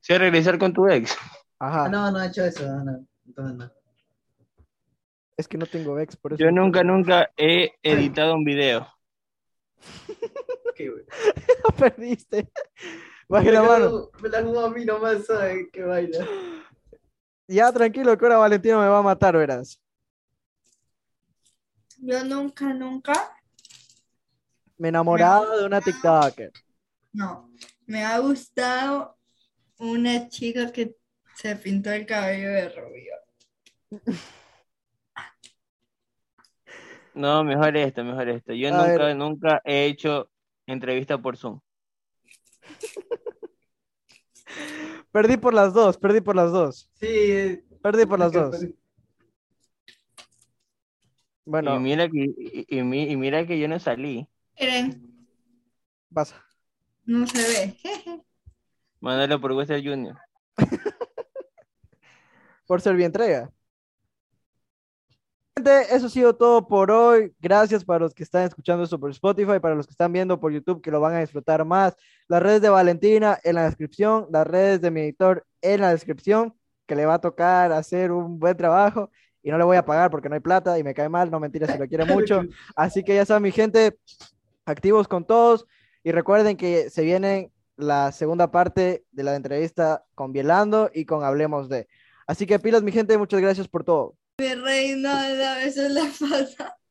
Speaker 6: Sí, a regresar con tu ex.
Speaker 2: Ah,
Speaker 1: Ajá.
Speaker 2: No, no he hecho eso, no, no. Entonces no.
Speaker 1: Es que no tengo ex, por eso. [LAUGHS]
Speaker 6: Yo nunca, nunca he editado un video.
Speaker 2: ¿Qué, güey?
Speaker 1: perdiste. Baje la
Speaker 2: Me
Speaker 1: mano.
Speaker 2: jugó- Me la jugó a mí nomás, ¿sabes? Qué vaina.
Speaker 1: Ya, tranquilo, que ahora Valentino me va a matar, verás.
Speaker 3: Yo nunca, nunca
Speaker 1: Me he enamorado de una TikToker.
Speaker 3: No, me ha gustado una chica que se pintó el cabello de rubio.
Speaker 6: No, mejor esto, mejor esto. Yo
Speaker 1: A
Speaker 6: nunca,
Speaker 1: ver.
Speaker 6: nunca he hecho entrevista por Zoom.
Speaker 1: Perdí por las dos, perdí por las dos.
Speaker 2: Sí. eh,
Speaker 1: Perdí por las
Speaker 2: que-
Speaker 1: dos.
Speaker 6: Y
Speaker 1: Bueno,
Speaker 6: mira que, y, y- y mi- y mira que yo no salí.
Speaker 3: Miren,
Speaker 1: pasa.
Speaker 3: no se ve. [LAUGHS]
Speaker 6: Mándalo por Western Junior.
Speaker 1: Por ser bien entrega. Gente, eso ha sido todo por hoy. Gracias para los que están escuchando esto por Spotify, para los que están viendo por YouTube, que lo van a disfrutar más. Las redes de Valentina en la descripción, las redes de mi editor en la descripción, que le va a tocar hacer un buen trabajo y no le voy a pagar porque no hay plata y me cae mal, no mentira, se lo quiere mucho. Así que ya saben, mi gente, activos con todos. Y recuerden que se viene la segunda parte de la entrevista con Bielando y con Hablemos de. Así que pilas, mi gente, muchas gracias por todo.
Speaker 3: Mi reina, a veces la pasa.